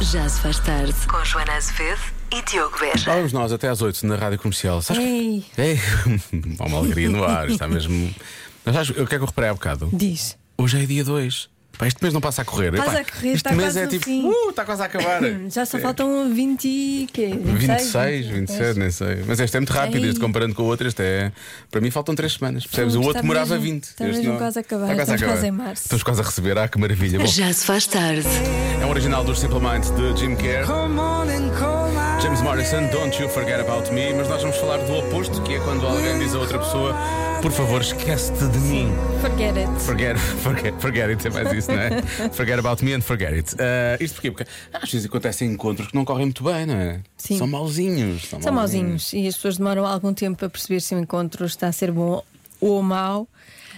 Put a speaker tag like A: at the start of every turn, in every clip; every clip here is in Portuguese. A: Já se faz tarde.
B: Com Joana Azevedo e Diogo
C: Lá
B: Beja.
C: vamos nós até às 8 na rádio comercial. Sabes que-
D: Ei,
C: Ei, há uma alegria no ar, está mesmo. Mas sabes, eu quero que eu reparei há bocado.
D: diz.
C: Hoje é dia 2. Pá, este mês não passa a correr.
D: Passa
C: Epá,
D: a correr,
C: este
D: está
C: mês
D: quase
C: é
D: no
C: tipo.
D: fim.
C: Uh, está quase a acabar.
D: Já só
C: É,
D: faltam 20 e quê?
C: 26, 27, nem sei. Mas este é muito rápido,
D: Ei.
C: este comparando com o outro, este é. Para mim faltam 3 semanas. Percebes? o
D: Pronto,
C: outro
D: está tá
C: demorava
D: mesmo-
C: 20.
D: está
C: este
D: mesmo
C: não.
D: quase a acabar,
C: Está quase a
D: estamos
C: acabar.
D: quase em março.
C: Estamos quase a receber. Ah, que maravilha. Bom,
A: Já se faz tarde.
C: é um original dos Simple Minds de Jim Kerr. James Morrison, Don't You Forget About Me, mas nós vamos falar do oposto, que é quando alguém diz a outra pessoa, por favor, esquece-te de mim.
D: Forget it.
C: Forget, forget, forget it, é mais isso, não é? Forget about me and forget it. Ah, isto porquê? Porque às vezes acontecem encontros que não correm muito bem, não é?
D: Sim.
C: São mauzinhos. São,
D: São mauzinhos e as pessoas demoram algum tempo para perceber se o encontro está a ser bom ou mau.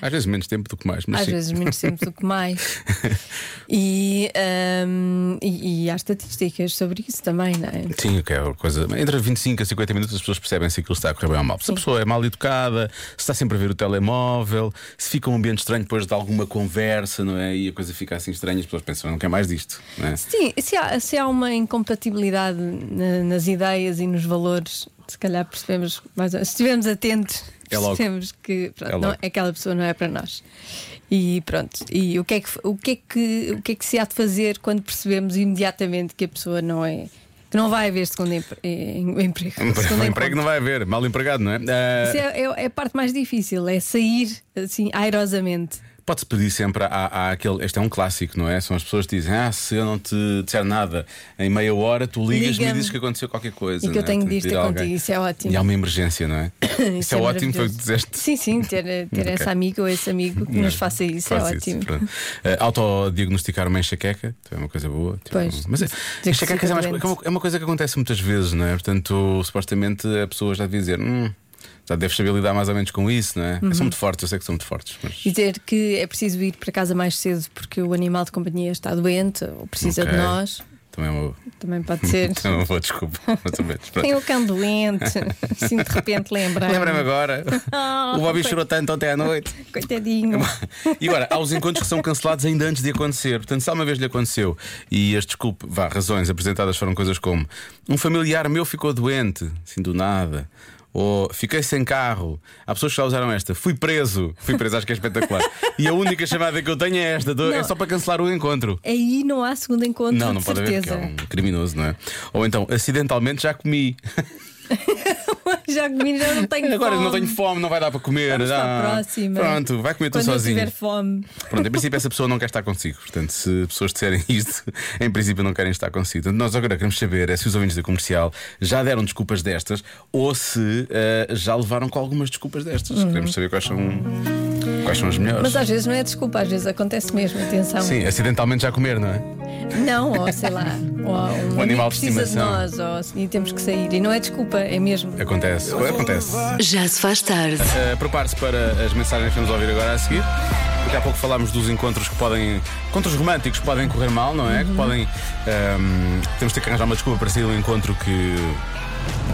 C: Às vezes menos tempo do que mais, mas
D: Às
C: sim.
D: vezes menos tempo do que mais. E, ahm, e, e há estatísticas sobre isso também, não é?
C: Sim, o que é uma coisa. Entre 25 a 50 minutos as pessoas percebem se aquilo está a correr bem ou mal. Se a pessoa é mal educada, se está sempre a ver o telemóvel, se fica um ambiente estranho depois de alguma conversa, não é? E a coisa fica assim estranha, as pessoas pensam, "Eu não quer mais disto. Não é?
D: Sim, se há, se há uma incompatibilidade na- nas ideias e nos valores, se calhar percebemos, mais, ou- se estivermos atentos,
C: É logo.
D: percebemos que pronto,
C: É
D: não,
C: logo.
D: aquela pessoa não é para nós. E pronto, e o que, é que, o, que é que, o que é que se há de fazer quando percebemos imediatamente que a pessoa não é. que não vai haver segundo empre- eh, em- emprego? segundo
C: Um emprego
D: encontro?
C: não vai haver, mal empregado, não é? Ah,
D: é Isso é, é- é a parte mais difícil, é sair assim airosamente.
C: Pode-se pedir sempre à- à- àquele. Este é um clássico, não é? São as pessoas que dizem: Ah, se eu não te disser nada em meia hora, tu ligas-me e
D: Liga-me.
C: dizes que aconteceu qualquer coisa.
D: E que eu
C: não é?
D: tenho
C: Tens
D: de ir ter
C: a alguém.
D: contigo, isso é ótimo.
C: E há uma emergência, não é? isso, é, ótimo, foi o que
D: maravilhoso.
C: disseste.
D: Sim, sim, ter, ter
C: Ok.
D: essa amiga ou esse amigo que nos faça isso
C: Faz
D: é ótimo.
C: pronto. Eh, autodiagnosticar uma enxaqueca também é uma coisa boa. tipo,
D: Pois,
C: mas é,
D: que
C: enxaquecas é,
D: fica
C: mais-
D: doente.
C: é uma, é uma coisa que acontece muitas vezes, não é? Portanto, supostamente a pessoa já deve dizer: "Hum, já deves saber lidar mais ou menos com isso, não é?
D: Uhum.
C: São muito fortes, eu sei que são muito fortes. Mas...
D: Dizer que é preciso ir para casa mais cedo porque o animal de companhia está doente ou precisa
C: Ok.
D: de nós,
C: Também é uma boa.
D: também pode ser.
C: Não, Não vou, desculpa. mais ou menos.
D: Tem um
C: Pronto.
D: o cão doente, assim de repente lembra.
C: Lembra-me agora.
D: Ah,
C: o Bobby
D: foi-
C: chorou tanto ontem à noite.
D: Coitadinho.
C: E agora, há os encontros que são cancelados ainda antes de acontecer. Portanto, se alguma vez lhe aconteceu e as desculpe, vá, razões apresentadas foram coisas como um familiar meu ficou doente, assim do nada. Ou fiquei sem carro. Há pessoas que já usaram esta. Fui preso. Fui preso, acho que é espetacular. e a única chamada que eu tenho é esta. do- É
D: Não.
C: só para cancelar o encontro.
D: Aí não há segundo encontro,
C: Não, não
D: de
C: pode haver, porque
D: certeza.
C: é um criminoso, não é? Ou então, acidentalmente já comi.
D: Já comi, já não tenho
C: Agora
D: fome.
C: não tenho fome, não vai dar para comer.
D: Vamos para a
C: Ah,
D: próxima.
C: Pronto, vai comer tu
D: Quando eu
C: sozinho.
D: tiver fome.
C: Pronto, em princípio essa pessoa não quer estar consigo. Portanto, se pessoas disserem isto, em princípio não querem estar consigo. Portanto, nós agora queremos saber é se os ouvintes da comercial já deram desculpas destas ou se ah, já levaram com algumas desculpas destas. Queremos saber quais são, quais são as melhores.
D: Hum. Mas às vezes não é desculpa, às vezes acontece mesmo, atenção.
C: Sim, acidentalmente já comer, não é?
D: Não, ou sei lá, ou um amigo
C: animal de
D: precisa de
C: estimação.
D: nós, ou assim, e temos que sair. E não é desculpa, é mesmo.
C: Acontece. Acontece.
A: Já se faz tarde.
C: Uh, Prepare-se para as mensagens que vamos ouvir agora a seguir. Daqui a pouco falámos dos encontros que podem. Encontros românticos que podem correr mal, não é? Que podem. um, temos de ter que arranjar uma desculpa para sair de um encontro que.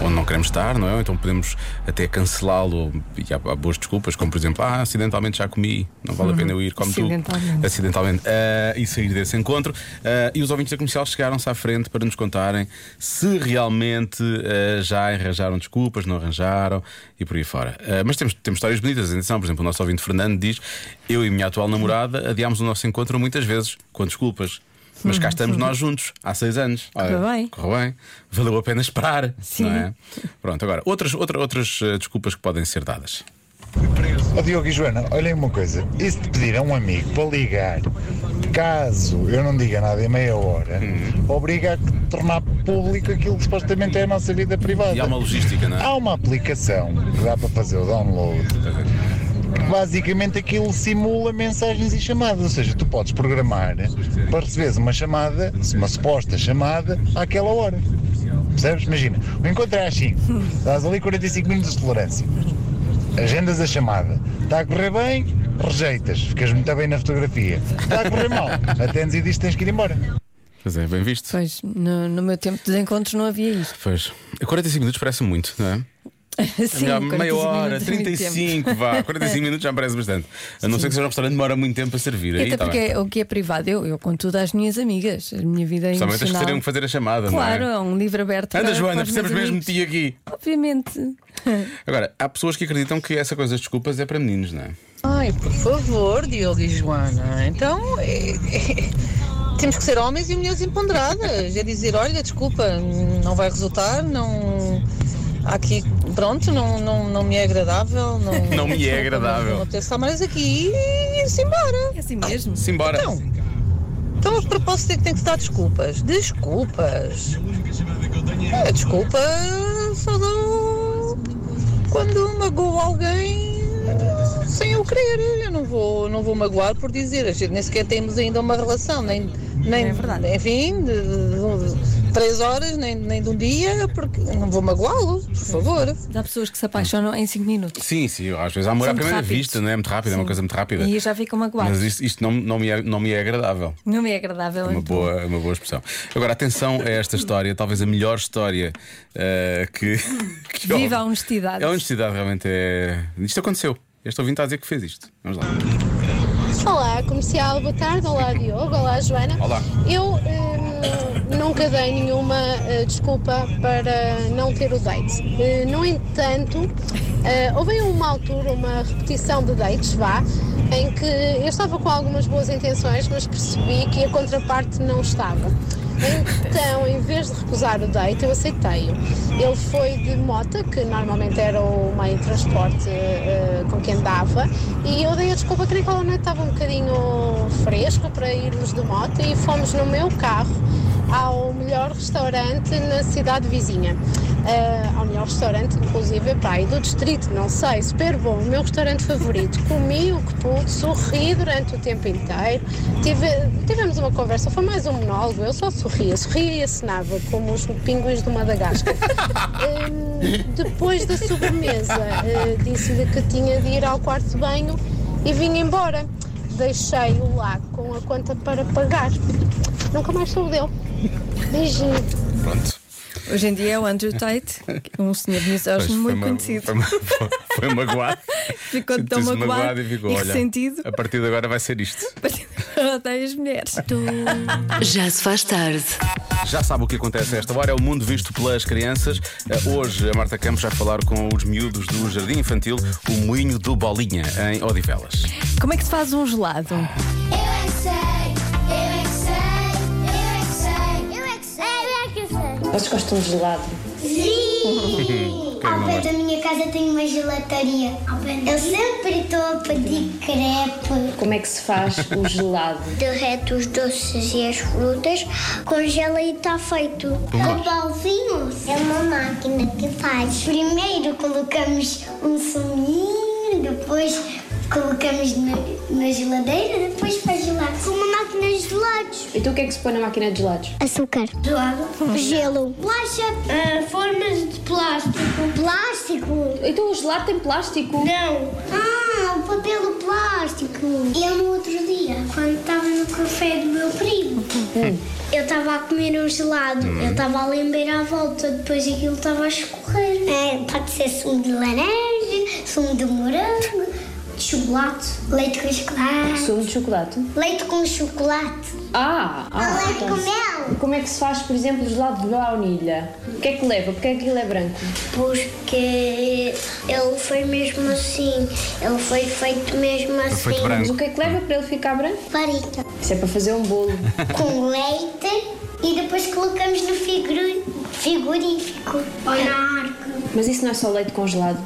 C: onde não queremos estar, não é? Ou Então podemos até cancelá-lo. E há, há boas desculpas, como por exemplo, ah, acidentalmente já comi, não vale a pena eu ir, como tu.
D: Acidentalmente.
C: Acidentalmente. Uh, e sair desse encontro. Uh, e os ouvintes da comercial chegaram-se à frente para nos contarem se realmente uh, já arranjaram desculpas, não arranjaram e por aí fora. Uh, mas temos, temos histórias bonitas, atenção. Por exemplo, o nosso ouvinte Fernando diz: Eu e a minha atual namorada adiámos o nosso encontro muitas vezes, com desculpas. Mas cá estamos nós juntos, há seis anos. Olha,
D: Hum, Correu bem.
C: Correu bem. Valeu a pena esperar.
D: Sim.
C: Não é? Pronto, agora, outras, outra- outras uh, desculpas que podem ser dadas.
E: Ó Diogo e Joana, olhem uma coisa. E se te pedir a um amigo para ligar, caso eu não diga nada em meia hora,
C: Uhum.
E: obriga a que tornar público aquilo que supostamente é a nossa vida privada.
C: E há uma logística, não é?
E: Há uma aplicação que dá para fazer o download. que Basicamente aquilo simula mensagens e chamadas, ou seja, tu podes programar para receberes uma chamada, uma suposta chamada, àquela hora. Percebes? Imagina, o encontro é às 5, estás ali 45 minutos de tolerância, agendas a chamada, está a correr bem, rejeitas, ficas muito bem na fotografia, está a correr mal, atendes e dizes que tens que ir embora.
C: Pois é, bem visto.
D: Pois, no, no meu tempo dos encontros não havia isto.
C: Pois. 45 minutos parece muito, não é?
D: Sim,
C: Melhor,
D: 45
C: meia hora,
D: minutos é muito tempo.
C: 35, vá, 45 minutos já me parece bastante. A não ser que seja um restaurante que demora muito tempo a servir.
D: E
C: Aí
D: Até
C: está
D: porque
C: bem.
D: é o que é privado, eu, eu conto tudo às minhas amigas. A minha vida é
C: Somente as que
D: emocional.
C: teriam que fazer a chamada,
D: Claro,
C: não é?
D: é um livro aberto. para-
C: Anda, Joana,
D: para os meus
C: precisamos mesmo de
D: amigos.
C: ti aqui.
D: Obviamente.
C: Agora, há pessoas que acreditam que essa coisa das desculpas é para meninos, não é?
F: Ai, por favor, Diogo e Joana. Então, é- é- temos que ser homens e mulheres empoderadas. É dizer, olha, desculpa, não vai resultar, não. Aqui, pronto, não, não, não me é agradável. Não,
C: Não me é agradável.
F: Não, não estar mais aqui e se embora.
D: É assim mesmo.
C: Simbora.
F: Então, então a propósito é que tem que dar desculpas. Desculpas. É, desculpa só dou quando magoou alguém sem eu querer. Eu não vou, não vou magoar por dizer. A gente nem sequer temos ainda uma relação, nem, nem
D: É verdade.
F: enfim, de, de- de três horas, nem, nem de um dia, porque não vou magoá-lo, por favor.
D: Há pessoas que se apaixonam em 5 minutos.
C: Sim, sim, às vezes há amor
D: São
C: à
D: muito
C: primeira
D: rápidos.
C: vista, não é? Muito rápido, é uma
D: Sim.
C: coisa muito rápida.
D: E é já ficam magoados.
C: Mas isto, isto não, não, me é, não me é agradável.
D: Não me é agradável.
C: Uma
D: então.
C: boa, uma boa expressão. Agora, atenção a esta história, talvez a melhor história eh,
D: Hum,
C: que, que houve.
D: Viva a honestidade.
C: A honestidade realmente é. Isto aconteceu. Este ouvinte está a dizer que fez isto. Vamos lá.
G: Olá, comercial, boa tarde. Olá, Diogo. Olá, Joana.
C: Olá.
G: Eu eh, nunca dei nenhuma eh, desculpa para não ter o date. Eh, no entanto, eh, houve em uma altura uma repetição de dates, vá, em que eu estava com algumas boas intenções, mas percebi que a contraparte não estava. Então, em vez de recusar o date, eu aceitei-o. Ele foi de moto, que normalmente era o meio de transporte eh, com quem dava, e eu dei a desculpa que naquela noite estava um bocadinho fresco para irmos de moto e fomos no meu carro ao melhor restaurante na cidade vizinha. Eh, ao melhor restaurante, inclusive, é pá, e do distrito, não sei, super bom, o meu restaurante favorito. Comi o que pude, sorri durante o tempo inteiro, tive, tivemos uma conversa, foi mais um monólogo, eu só sorria, sorria e assinava, como os pinguins de Madagascar. Hum, depois da sobremesa, eh, disse-lhe que tinha de ir ao quarto de banho e vim embora. Deixei-o lá com a conta para pagar. Nunca mais soube dele. Beijinho.
C: Pronto.
D: Hoje em dia é o Andrew Tate, um senhor
C: um- Pois,
D: misógino
C: foi
D: muito
C: ma-
D: conhecido.
C: Foi, ma- foi magoado.
D: Ficou tão
C: Sentiu-se
D: magoado
C: e ficou,
D: e
C: olha,
D: ressentido.
C: A partir de agora vai ser isto.
D: Odeio as mulheres.
A: Já se faz tarde.
C: Já sabe o que acontece a esta hora, é o mundo visto pelas crianças. Eh, Hoje a Marta Campos vai falar com os miúdos do Jardim Infantil, o Moinho do Bolinha, em Odivelas.
D: Como é que se faz um gelado?
H: Eu é que sei, eu é que sei, eu é que sei, eu é que sei, eu é que sei, eu é que sei.
I: Vocês gostam de gelado?
H: Sim! Ao
I: é?
H: pé da minha casa tem uma gelataria. Eu sempre estou a pedir crepe.
I: Como é que se faz o gelado?
H: Derrete os doces e as frutas, congela e está feito. O balvinho é uma máquina que faz. Primeiro colocamos um suminho, depois colocamos na, na geladeira, depois faz gelado. Com uma máquina de gelados.
I: Então o que é que se põe na máquina de gelados?
H: Açúcar. Gelo. Bolacha. ah, formas de plástico. Plástico?
I: Então o gelado tem plástico?
H: Não. Ah, o papel plástico. Eu no outro dia, quando estava no café do meu primo, eu estava a comer um gelado.
I: Hum.
H: Eu estava a lembrar à volta, depois aquilo estava a escorrer. É, pode ser sumo de laranja, sumo de morango, chocolate, leite com chocolate.
I: Sumo de chocolate?
H: Leite com chocolate. é
I: Ah! ah
H: leite com
I: então-
H: mel.
I: Como é que se faz, por exemplo, o gelado de baunilha? O que é que leva? Porque é que ele é branco?
H: Porque ele foi mesmo assim. Ele foi feito mesmo assim.
C: Foi de
I: Mas
C: branco.
I: o que é que leva para ele ficar branco?
H: Farinha.
I: Isso é para fazer um bolo.
H: Com leite e depois colocamos no figuri- frigorífico. Ou na arca.
I: Mas isso não é só leite congelado.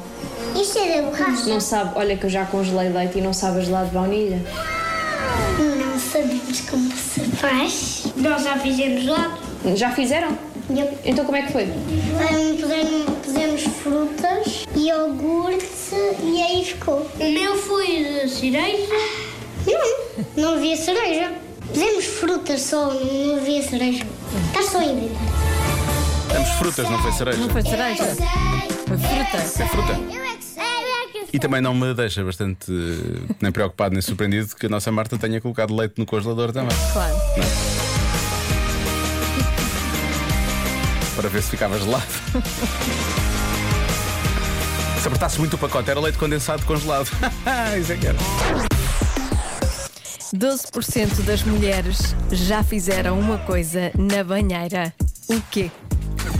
H: Isto é da borracha?
I: Não sabe, olha que eu já congelei leite e não sabe a gelado de baunilha.
H: Não sabemos como se faz. Nós já fizemos lá.
I: Já fizeram? Então como é que foi?
H: Pusemos, pusemos frutas, iogurte e aí ficou. O meu foi de cereja? Não, não havia cereja. Pusemos frutas só, não havia cereja. Estás só a inventar.
C: Temos frutas, não foi cereja.
D: Não foi cereja? Foi fruta.
C: É fruta.
H: Eu é que sei, eu é que sei.
C: E também não me deixa bastante eh, nem preocupado nem surpreendido que a nossa Marta tenha colocado leite no congelador também,
D: Claro.
C: para ver se ficava gelado. se apertasse muito o pacote, era leite condensado congelado. Isso é que era.
D: 12% das mulheres já fizeram uma coisa na banheira. O quê?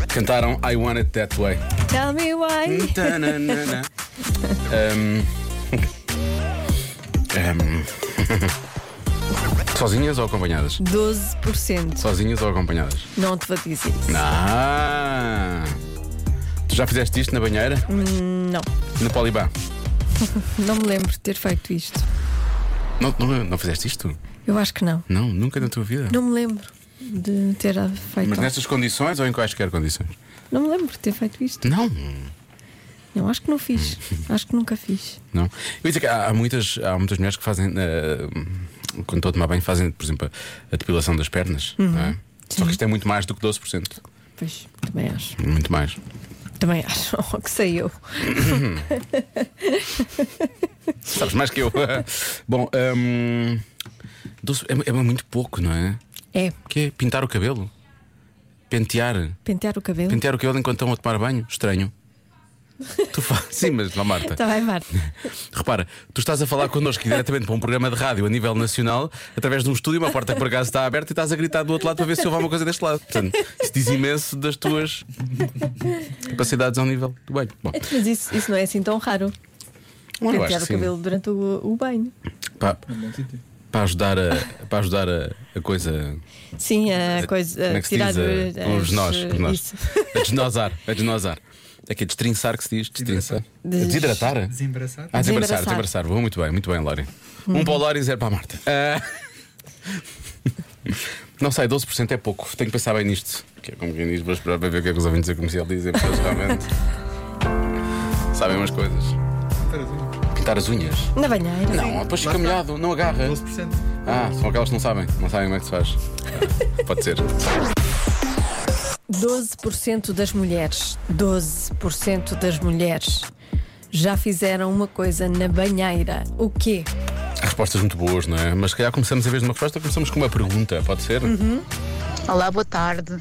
C: Cantaram I Want It That Way. Hum,
D: Tell me why.
C: Tananana. Hum. Ahm. Ahm. Hum. Sozinhas ou acompanhadas?
D: 12%.
C: Sozinhas ou acompanhadas?
D: Não te vou dizer isso.
C: Ah! Tu já fizeste isto na banheira?
D: Não.
C: No Poliban?
D: Não me lembro de ter feito isto.
C: Não, não, não fizeste isto?
D: Eu acho que não.
C: Não, nunca na tua vida.
D: Não me lembro de ter feito.
C: Mas nestas condições ou em quaisquer condições?
D: Não me lembro de ter feito isto.
C: Não,
D: Não, acho que não fiz. acho que nunca fiz.
C: não. Eu ia dizer que há, há muitas, há muitas mulheres que fazem, eh, quando estão a tomar banho, fazem, por exemplo, a, a depilação das pernas. Não
D: Uhum.
C: é? Só que isto é muito mais do que 12%.
D: Pois, também acho.
C: Muito mais.
D: Também acho. Oh, que sei eu.
C: Sabes mais que eu. Bom, hum, doce- é, é muito pouco, não é?
D: É
C: O quê? Pintar o cabelo? Pentear?
D: pentear o cabelo.
C: Pentear o cabelo enquanto estão a tomar banho? Estranho. Tu fazes. Sim, mas não, Marta.
D: Está Tá bem, Marta.
C: Repara, tu estás a falar connosco diretamente para um programa de rádio a nível nacional, através de um estúdio, uma porta que por acaso está aberta e estás a gritar do outro lado para ver se houve alguma coisa deste lado. Portanto, isso diz imenso das tuas capacidades ao nível do banho. Bom,
D: Mas isso, isso não é assim tão raro.
C: eu acho
D: pentear
C: que
D: o
C: sim.
D: cabelo durante o, o banho.
C: Para, para ajudar a, para ajudar a, a coisa.
D: Sim, a coisa.
C: como é que se
D: tirar
C: diz?
D: os-
C: A- os
D: as-
C: nós. Os nós.
D: isso.
C: A desnosar. A desnosar. É que é destrinçar que se diz? Destrinçar.
D: Des-
C: Desidratar?
J: Desembaraçar?
C: Ah,
D: Desembaraçar.
C: desembaraçar, desembaraçar. Vou muito bem, muito bem, Lori.
D: Hum.
C: Um para o Lori e zero para a Marta. Ah. Não sei, 12% é pouco. Tenho que pensar bem nisto. Que é como quem diz, vou esperar para ver o que é que os ouvintes da comercial dizem, porque eles realmente sabem umas coisas. Pintar as unhas?
D: Na banheira.
C: Não, depois fica molhado, não agarra.
J: 12%.
C: Ah, são aquelas que não sabem, não sabem como é que se faz. Ah, Pode ser.
D: 12% das mulheres, 12% das mulheres já fizeram uma coisa na banheira. O quê?
C: Há Respostas muito boas, não é? Mas se calhar começamos em vez de uma resposta, começamos com uma pergunta, pode ser?
K: Hum. Uhum. Olá, boa tarde.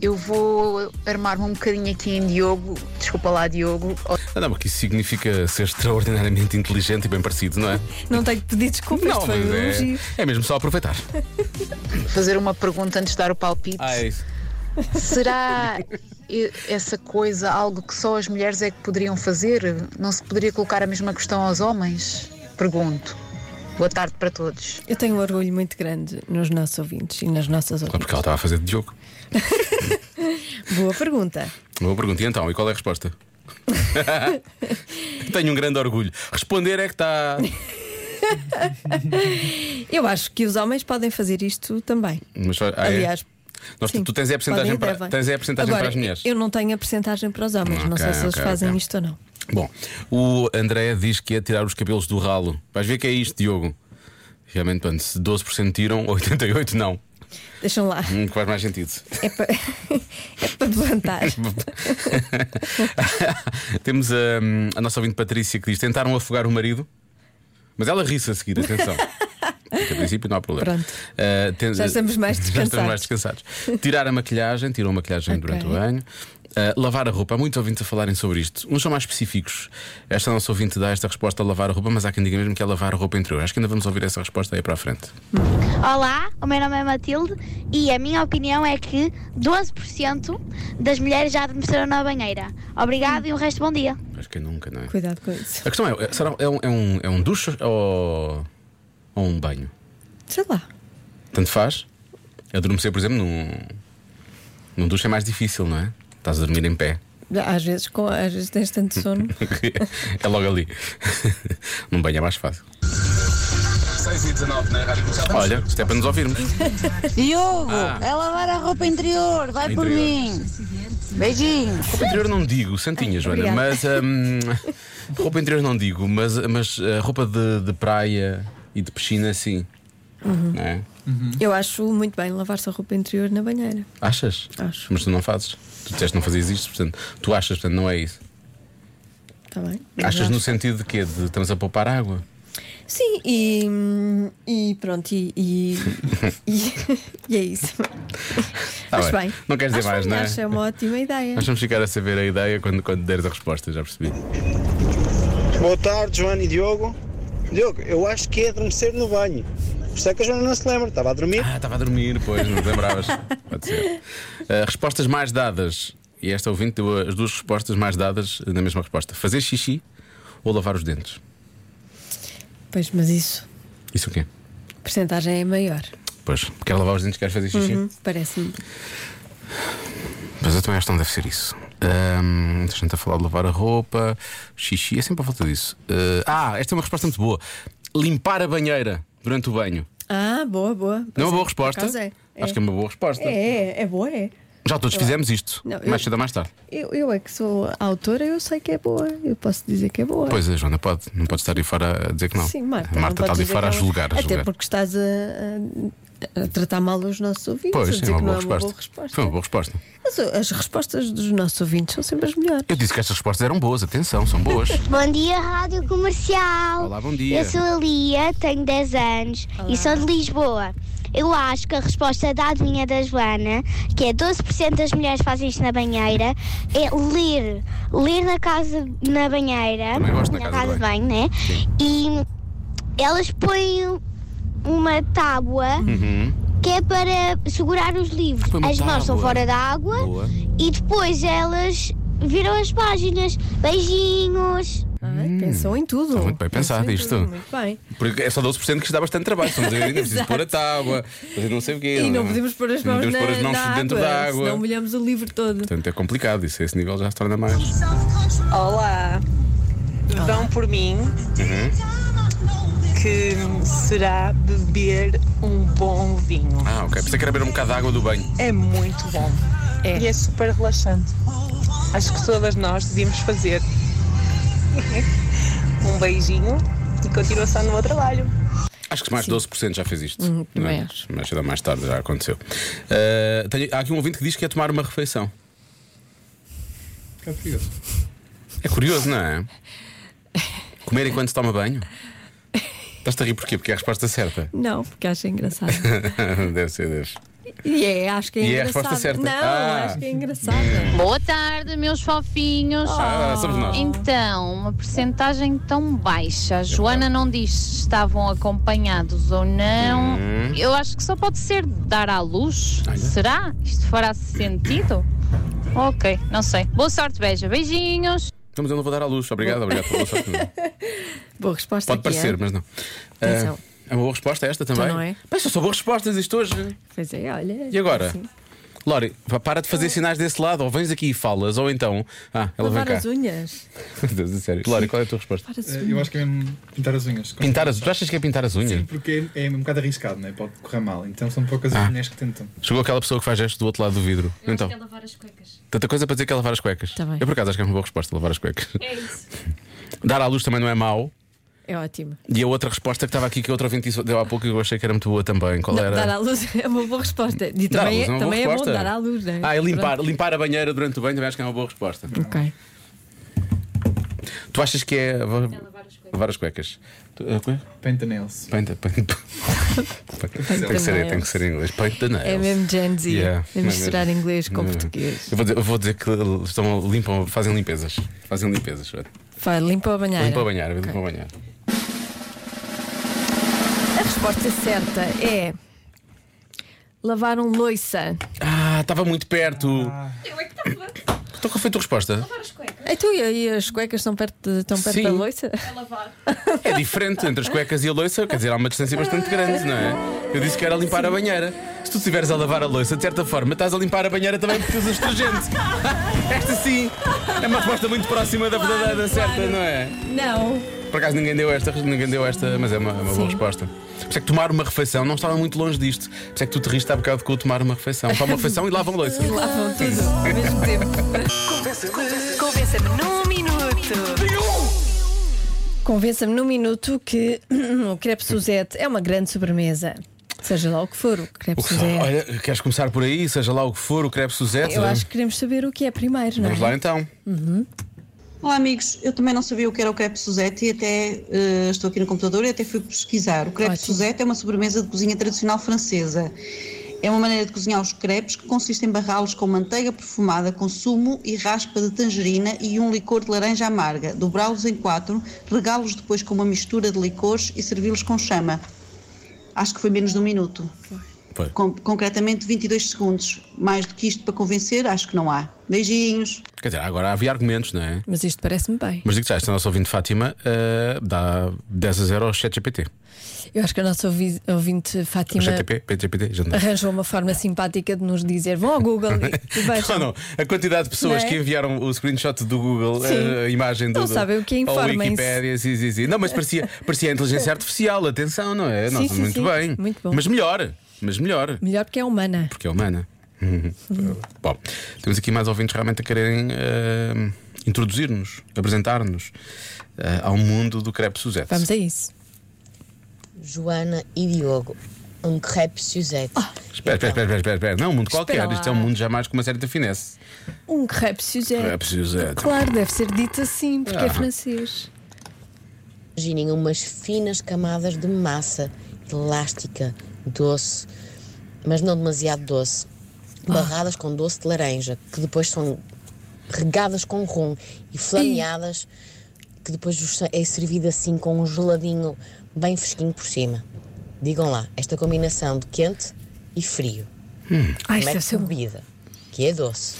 K: Eu vou armar-me um bocadinho aqui em Diogo. Desculpa lá, Diogo.
C: Ah, não, porque isso significa ser extraordinariamente inteligente e bem parecido, não é?
D: Não tenho que pedir desculpas, isto foi um
C: mas
D: elogio.
C: é, é mesmo só aproveitar.
K: Fazer uma pergunta antes de dar o palpite.
C: Ah, é isso.
K: Será e- essa coisa algo que só as mulheres é que poderiam fazer? Não se poderia colocar a mesma questão aos homens? Pergunto. Boa tarde para todos.
D: Eu tenho um orgulho muito grande nos nossos ouvintes e nas nossas
C: Claro,
D: ouvintes.
C: porque ela estava a fazer de Diogo.
D: Boa pergunta.
C: Uma boa pergunta. E então, e qual é a resposta? Tenho um grande orgulho. Responder é que está.
D: Eu acho que os homens podem fazer isto também.
C: Mas só- ah, é?
D: Aliás,
C: Nós-
D: sim,
C: tu tens é
D: podem
C: a percentagem
D: e
C: para,
D: devem.
C: tens a percentagem
D: Agora,
C: para as mulheres.
D: Eu não tenho a percentagem para os homens, não
C: Ok,
D: sei se eles
C: ok,
D: fazem
C: ok.
D: isto ou não.
C: Bom, o André diz que é tirar os cabelos do ralo. Vais ver que é isto, Diogo. Realmente, pronto, se 12% tiram, 88% não.
D: Deixam lá.
C: Hum, que faz mais sentido.
D: É para é para levantar.
C: Temos hum, a, nossa ouvinte Patrícia que diz: tentaram afogar o marido, mas ela ri-se a seguir, atenção. Porque, a princípio não há problema.
D: Pronto.
C: Ah, tem-
D: Já estamos mais
C: Já estamos mais descansados. Tirar a maquilhagem, tiram a maquilhagem
D: Ok.
C: durante o banho. Ah, lavar a roupa, há muitos ouvintes a falarem sobre isto. Uns são mais específicos. Esta nossa ouvinte dá esta resposta a lavar a roupa, mas há quem diga mesmo que é lavar a roupa interior. Acho que ainda vamos ouvir essa resposta aí para a frente.
L: Olá, o meu nome é Matilde e a minha opinião é que 12% das mulheres já adormeceram na banheira. Obrigado e o resto bom dia.
C: Acho que nunca, não é?
D: Cuidado com isso.
C: A questão é: é- será, é, um, é, um, é um duche ou, ou um banho?
D: Sei lá.
C: Tanto faz. Adormecer, por exemplo, num, num duche é mais difícil, não é? Estás a dormir em pé.
D: Às vezes, com, às vezes tens tanto sono.
C: é logo ali. num banho é mais fácil. 6 e 19 na Rádio Olha, isto é para nos ouvirmos.
F: Diogo,
C: Ah.
F: é lavar a roupa interior, vai por
C: Interior.
F: mim. Beijinho.
C: Roupa interior não digo, santinha, Joana,
D: obrigada.
C: mas. hum, roupa interior não digo, mas, mas ah, roupa de, de praia e de piscina, sim. Não é?
D: Uhum. Eu acho muito bem lavar-se a roupa interior na banheira.
C: Achas?
D: Acho.
C: Mas tu não fazes. Tu disseste que não fazias isto, portanto, tu achas, portanto, não é isso.
D: Está tá bem?
C: Achas
D: Mas
C: no
D: acho-
C: sentido de quê? De estamos a poupar água?
D: Sim, e, e pronto, e, e, e- e é isso.
C: Tá
D: Mas
C: bem.
D: bem.
C: Não queres dizer
D: Acho
C: mais,
D: bem,
C: não é?
D: Acho é uma ótima ideia.
C: Nós vamos ficar a saber a ideia quando, quando deres a resposta, já percebi.
J: Boa tarde, Joana e Diogo. Diogo, eu acho que é adormecer no banho. Por isso é que a Joana não se lembra, estava a dormir.
C: Ah, estava a dormir, pois, não te lembravas. Pode ser. Ah, respostas mais dadas. E esta ouvinte deu as duas respostas mais dadas na mesma resposta: fazer xixi ou lavar os dentes.
D: Pois, mas isso,
C: Isso o quê?
D: a porcentagem é maior.
C: Pois, quer lavar os dentes, quer fazer xixi?
D: Uhum, Parece-me.
C: Mas eu também acho que não deve ser isso. Ahm, Deixa gente a falar de lavar a roupa, xixi, é sempre a falta disso. Ah, ah, esta é uma resposta muito boa. Limpar a banheira durante o banho.
D: Ah, boa, boa.
C: não é
D: Pois
C: uma boa
D: por acaso
C: resposta?
D: É.
C: Acho que é uma boa resposta.
D: É, é, é boa, é.
C: Já todos
D: Eu-
C: fizemos isto,
D: Não, eu-
C: mais cedo ou mais tarde.
D: Eu, eu é que sou a autora, eu sei que é boa. Eu posso dizer que é boa.
C: Pois a Joana pode, não pode estar aí fora a dizer que não.
D: Sim, Marta.
C: a
D: não
C: Marta
D: podes
C: está ali
D: dizer
C: fora a
D: que é uma-
C: julgar. A
D: Até
C: julgar.
D: porque estás a, a- a tratar mal os nossos ouvintes. a
C: Pois,
D: dizer
C: é uma
D: que não
C: boa, resposta.
D: é uma boa resposta.
C: Foi uma boa resposta.
D: Mas uh, as respostas dos nossos ouvintes são sempre as melhores.
C: Eu disse que estas respostas eram boas, atenção, são boas.
B: Bom dia, Rádio Comercial.
C: Olá, bom dia.
B: Eu sou a Lia, tenho 10 anos e sou de Lisboa. Eu acho que a resposta da adivinha da Joana, que é 12% das mulheres fazem isto na banheira, é ler. Ler na casa, na banheira.
M: Também gosto na casa de
B: de banho, né? E elas põem uma tábua
C: Uhum.
B: que é para segurar os livros.
M: Foi uma
B: As mãos estão
M: tábua.
B: fora da água
M: Boa.
B: e depois elas viram as páginas. Beijinhos!
D: Pensam em tudo.
C: Hum, Muito bem pensado isto.
D: Muito bem.
C: Porque é só 12% que isto dá bastante trabalho. Estamos a dizer, ainda preciso
D: Exato.
C: pôr a tábua, fazer não é? sei o quê.
D: E não podemos pôr as
C: Não
D: mãos,
C: podemos
D: na,
C: pôr as mãos
D: na
C: dentro
D: água,
C: da água.
D: Senão molhamos o livro todo.
C: Portanto, é complicado isso. A esse nível já se torna mais.
N: Olá. Vão por mim
C: Uhum.
N: que será beber um bom vinho.
C: Ah, ok. Pensei que era beber um bocado de água do banho.
N: É muito bom. E é super relaxante. Acho que todas nós devíamos fazer. um beijinho e continuação no meu trabalho.
C: Acho que mais de 12% já fez isto.
N: Uhum,
C: Não é?
N: também
C: Mas cedo ou mais tarde já aconteceu. Ah, tenho- há aqui um ouvinte que diz que é tomar uma refeição. É curioso, não é? Comer enquanto se toma banho? Estás-te a rir porquê? Porque é a resposta certa.
D: Não, porque acho engraçado.
C: deve ser, deve.
D: E é, acho que é
C: E é a
D: engraçado.
C: resposta certa.
D: Não,
C: Ah.
D: acho que é engraçado.
O: Boa tarde, meus fofinhos.
C: Ah, somos nós.
O: Então, uma percentagem tão baixa. A Joana não diz se estavam acompanhados ou não.
C: Uhum.
M: Hum.
O: Eu acho que só pode ser dar à luz. Será? Isto fará sentido? Ok, não sei. Boa sorte, beija. Beijinhos.
C: Não, Então, mas eu não vou dar à luz. Obrigado, obrigado pela vossa opinião.
D: Boa resposta.
C: Pode
D: aqui,
C: parecer,
D: é?
C: mas não. Ah,
D: Atenção.
C: é uma boa resposta esta também.
D: Então não é?
C: Mas são só boas respostas isto hoje.
D: Pois é, olha.
C: E agora?
D: assim.
C: Lori, vá, para de
D: Então-
C: fazer sinais desse lado, ou vens aqui e falas, ou então. Ah, ela
D: Lavar
C: vem
D: as
C: cá.
D: unhas.
C: Meu Deus, a sério. Lori, qual é a tua resposta?
D: Lavar as
P: Eh,
D: unhas.
P: Eu acho que é mesmo pintar as unhas.
C: Pintar as Tu achas que é pintar as unhas?
P: Sim, porque é é um bocado arriscado, não é? Pode correr mal. Então são poucas
C: Ah.
P: as mulheres que tentam.
C: Chegou aquela pessoa que faz gesto do outro lado do vidro. então,
D: é
Q: lavar as cuecas.
C: tanta coisa para dizer que é lavar as cuecas.
D: Tá
C: Eu por acaso acho que é uma boa resposta, lavar as cuecas.
Q: É isso.
C: Dar à luz também não é mau.
D: É ótimo.
C: E a outra resposta que estava aqui, que a outra ouvinte deu há pouco e eu achei que era muito boa também. Qual
D: Não,
C: era?
D: Dar à luz é uma boa resposta. E
C: Dar à
D: também,
C: luz
D: é,
C: uma boa
D: também é bom
C: resposta.
D: dar à luz, não é?
C: Ah, e limpar, limpar a banheira durante o banho também acho que é uma boa resposta.
D: Ok.
C: Tu achas que é. lavar as cuecas. Tu- ah, como é?
P: Paint the nails.
C: Paint, paint- tem, que ser, tem que ser em inglês. Paint the nails.
D: É mesmo Gen Z.
C: Yeah,
D: É
C: não é
D: misturar
C: mesmo?
D: inglês com
C: Não é mesmo.
D: português.
C: Eu vou dizer, eu vou dizer que estão, limpam, fazem limpezas. Fazem limpezas. Joana.
D: Vai, limpa a banheira.
C: Limpa é a banheira, limpa a banheira.
D: A resposta certa é. Lavar um loiça.
C: Ah, estava muito perto. é Então qual foi a tua resposta?
D: Então, e aí as cuecas estão perto, estão perto
C: Sim.
D: da loiça?
C: É diferente entre as cuecas e a louça, quer dizer, há uma distância bastante grande, não é? Eu disse que era limpar a banheira. Se tu estiveres a lavar a louça, de certa forma, estás a limpar a banheira também porque usas detergente. Esta sim é uma resposta muito próxima da verdadeira da certa, não é?
D: Não.
C: Por acaso ninguém deu esta, ninguém deu esta, mas é uma, é uma boa resposta. Por isso é que tomar uma refeição não estava muito longe disto. Por isso é que tu te riste há bocado com o tomar uma refeição. Toma uma refeição e lavam a louça.
D: Lavam tudo ao mesmo tempo.
Q: Convença-me num minuto.
D: Convença-me num minuto que o crepe Suzette é uma grande sobremesa. Seja lá o que for, o crepe
C: O que-
D: Suzette.
C: Olha, queres começar por aí, seja lá o que for, o crepe Suzette?
D: Eu acho que queremos saber o que é primeiro, não é?
C: Vamos lá então.
R: Uhum. Olá amigos, eu também não sabia o que era o crepe Suzette e até eh, estou aqui no computador e até fui pesquisar. O crepe Suzette é uma sobremesa de cozinha tradicional francesa. É uma maneira de cozinhar os crepes que consiste em barrá-los com manteiga perfumada, com sumo e raspa de tangerina e um licor de laranja amarga, dobrá-los em quatro, regá-los depois com uma mistura de licores e servi-los com chama. Acho que foi menos de um minuto. Com- concretamente 22 segundos. Mais do que isto para convencer, acho que não há. Beijinhos.
C: Quer dizer, agora havia argumentos, não é?
D: Mas isto parece-me bem.
C: Mas digo já, esta nossa ouvinte Fátima eh, dá 10 a 0 ao ChatGPT.
D: Eu acho que a nossa ouvi- ouvinte
C: O
D: Fátima
C: GTP, PTPT, então. já não é? dá.
D: arranjou uma forma simpática de nos dizer: vão ao Google e, e vejam.
C: Então, Não, não. A quantidade de pessoas
D: Não é?
C: que enviaram o screenshot do Google, eh,
D: Sim.
C: a, a imagem do.
D: Não
C: do-
D: sabem o que é,
C: ou
D: informem-se.
C: Wikipédia, sim, sim, sim. Não, mas parecia, parecia a inteligência artificial, atenção, não é?
D: Sim,
C: Nossa,
D: sim,
C: muito
D: sim.
C: bem.
D: Muito bom.
C: Mas melhor, mas melhor,
D: Melhor porque é humana.
C: porque é humana. Uhum. Bom, temos aqui mais ouvintes realmente a quererem eh, introduzir-nos, apresentar-nos eh, ao mundo do crepe Suzette.
D: Vamos a isso.
M: Joana e Diogo. Um crepe Suzette.
D: Ah,
C: Espera, espera, espera, espera, espera. Não, um mundo
D: Espera
C: qualquer.
D: lá.
C: Isto é um mundo jamais com uma certa finesse.
D: Um crepe Suzette.
C: Crepe Suzette.
D: Claro, deve ser dito assim, porque é
M: Ah.
D: francês.
M: Imaginem umas finas camadas de massa elástica, doce, mas não demasiado doce,
D: Ah.
M: barradas com doce de laranja, que depois são regadas com rum e flameadas, que depois vos é servida assim com um geladinho bem fresquinho por cima. Digam lá, esta combinação de quente e frio.
D: Ai,
M: como
D: isto
M: é
D: deve
M: que
D: ser um- bom.
M: bebida, que é doce,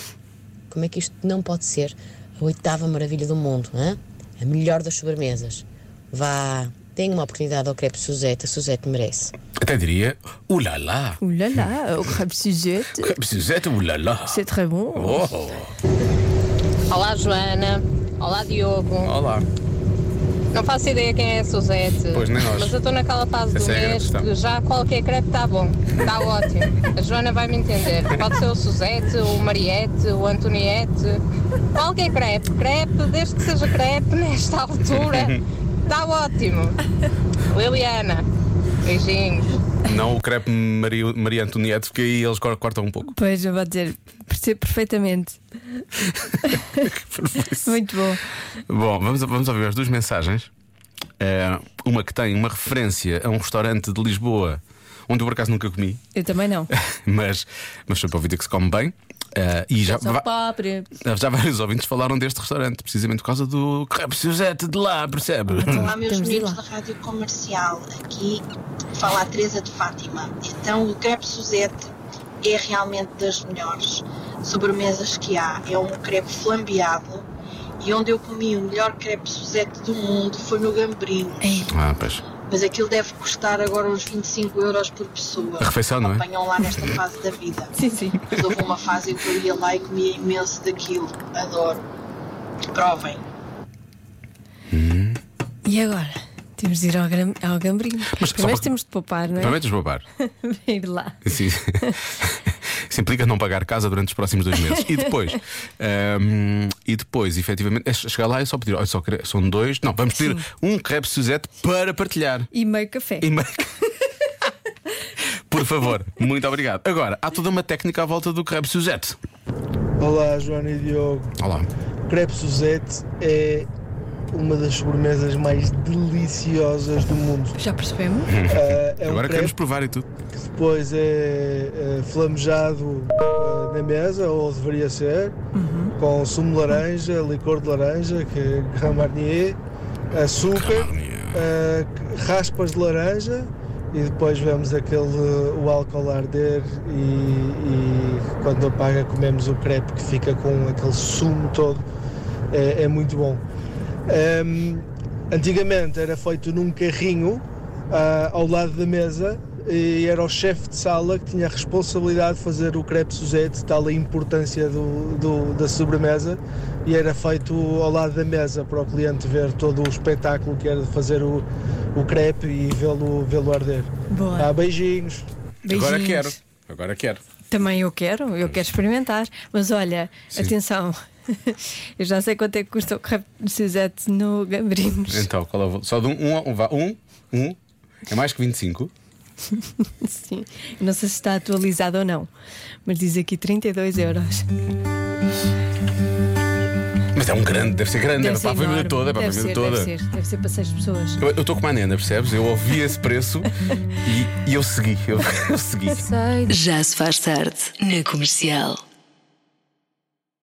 M: como é que isto não pode ser a oitava maravilha do mundo, hã? a melhor das sobremesas? Vá, tenha uma oportunidade ao crepe Suzette, a Suzette merece.
C: Até diria, ulala.
D: Ulala, o crepe Suzette.
C: Crepe Suzette, uh, ulala.
D: C'est très bon.
C: Oh.
N: Olá, Joana. Olá, Diogo.
C: Olá.
N: Não faço ideia quem é a Suzete.
C: Pois, nem nós.
N: Mas eu estou naquela fase
C: Essa
N: do
C: é a grande
N: mês
C: questão.
N: que já qualquer crepe está bom. Está ótimo. A Joana vai me entender. Pode ser o Suzete, o Mariette, o Antoniette. Qualquer crepe. Crepe, desde que seja crepe, nesta altura, está ótimo. Liliana, beijinhos.
C: Não o crepe Maria, Maria Antoniette, porque aí eles cor- cortam um pouco.
D: Pois, eu vou dizer, percebo perfeitamente. Muito bom.
C: Bom, vamos, vamos ouvir as duas mensagens. Eh, uma que tem uma referência a um restaurante de Lisboa, onde eu por acaso nunca comi,
D: Eu também não.
C: mas, mas foi para o vídeo que se come bem. Eh, e já,
D: Sou
C: va-
D: pobre.
C: já vários ouvintes falaram deste restaurante, precisamente por causa do crepe Suzette de lá, percebe?
S: Olá, Então meus amigos da Rádio Comercial. Aqui fala a Teresa de Fátima. Então, o crepe Suzette é realmente das melhores sobremesas que há. É um crepe flambeado e onde eu comi o melhor crepe Suzette do mundo foi no Gambrino.
C: Ah, pois.
S: Mas aquilo deve custar agora uns 25 euros por pessoa.
C: A refeição, não é?
S: Apanham lá nesta fase da vida.
D: Sim, sim.
S: Mas houve uma fase em que eu ia lá e comia imenso daquilo. Adoro. Provem.
D: E agora? Temos de ir ao, gram... ao gambrinho.
C: Mas só
D: Primeiro
C: para-
D: temos de poupar, não é?
C: Prometes roubar.
D: Para ir lá.
C: Isso, isso implica não pagar casa durante os próximos dois meses. E depois, ahm, e depois, efetivamente, é chegar lá e só pedir, olha, só quero- são dois. Não, vamos pedir um crepe Suzette para partilhar.
D: E meio café.
C: E meio- Por favor, muito obrigado. Agora, há toda uma técnica à volta do crepe Suzette.
T: Olá, Joana e Diogo.
C: Olá.
T: Crepe Suzette é uma das sobremesas mais deliciosas do mundo.
D: Já percebemos?
T: Ah, é um crepe
C: Agora queremos provar e tudo.
T: que depois é, eh, flamejado eh, na mesa, ou deveria ser, com sumo de laranja, licor de laranja, que é Grand Marnier, açúcar, eh, raspas de laranja e depois vemos aquele eh, o álcool arder e, e quando apaga comemos o crepe que fica com aquele sumo todo. É, é muito bom. Ehm, antigamente era feito num carrinho ah, ao lado da mesa e era o chefe de sala que tinha a responsabilidade de fazer o crepe Suzette, tal a importância do, do- da sobremesa, e era feito ao lado da mesa para o cliente ver todo o espetáculo que era de fazer o, o crepe e vê-lo vê arder.
D: Boa.
T: Ah, beijinhos.
C: Agora quero. Agora quero.
D: Também eu quero, eu quero experimentar. Mas olha,
C: Sim.
D: atenção, eu já sei quanto é que custa o crepe de Suzette no Gambrinos.
C: Então, qual é o... vo- Só de um, um, um, vá, um, um. É mais que 25.
D: Sim, não sei se está atualizado ou não, mas diz aqui 32 euros.
C: Mas Mas é um grande, deve ser grande,
D: Deve
C: é para
D: ser
C: a família
D: enorme.
C: toda, é para a
D: Deve
C: família
D: ser,
C: toda.
D: Deve ser, deve ser para seis pessoas.
C: Eu eu estou com a Nena, percebes? Eu ouvi esse preço É e, e eu segui, eu, eu segui.
A: Já se faz tarde na comercial.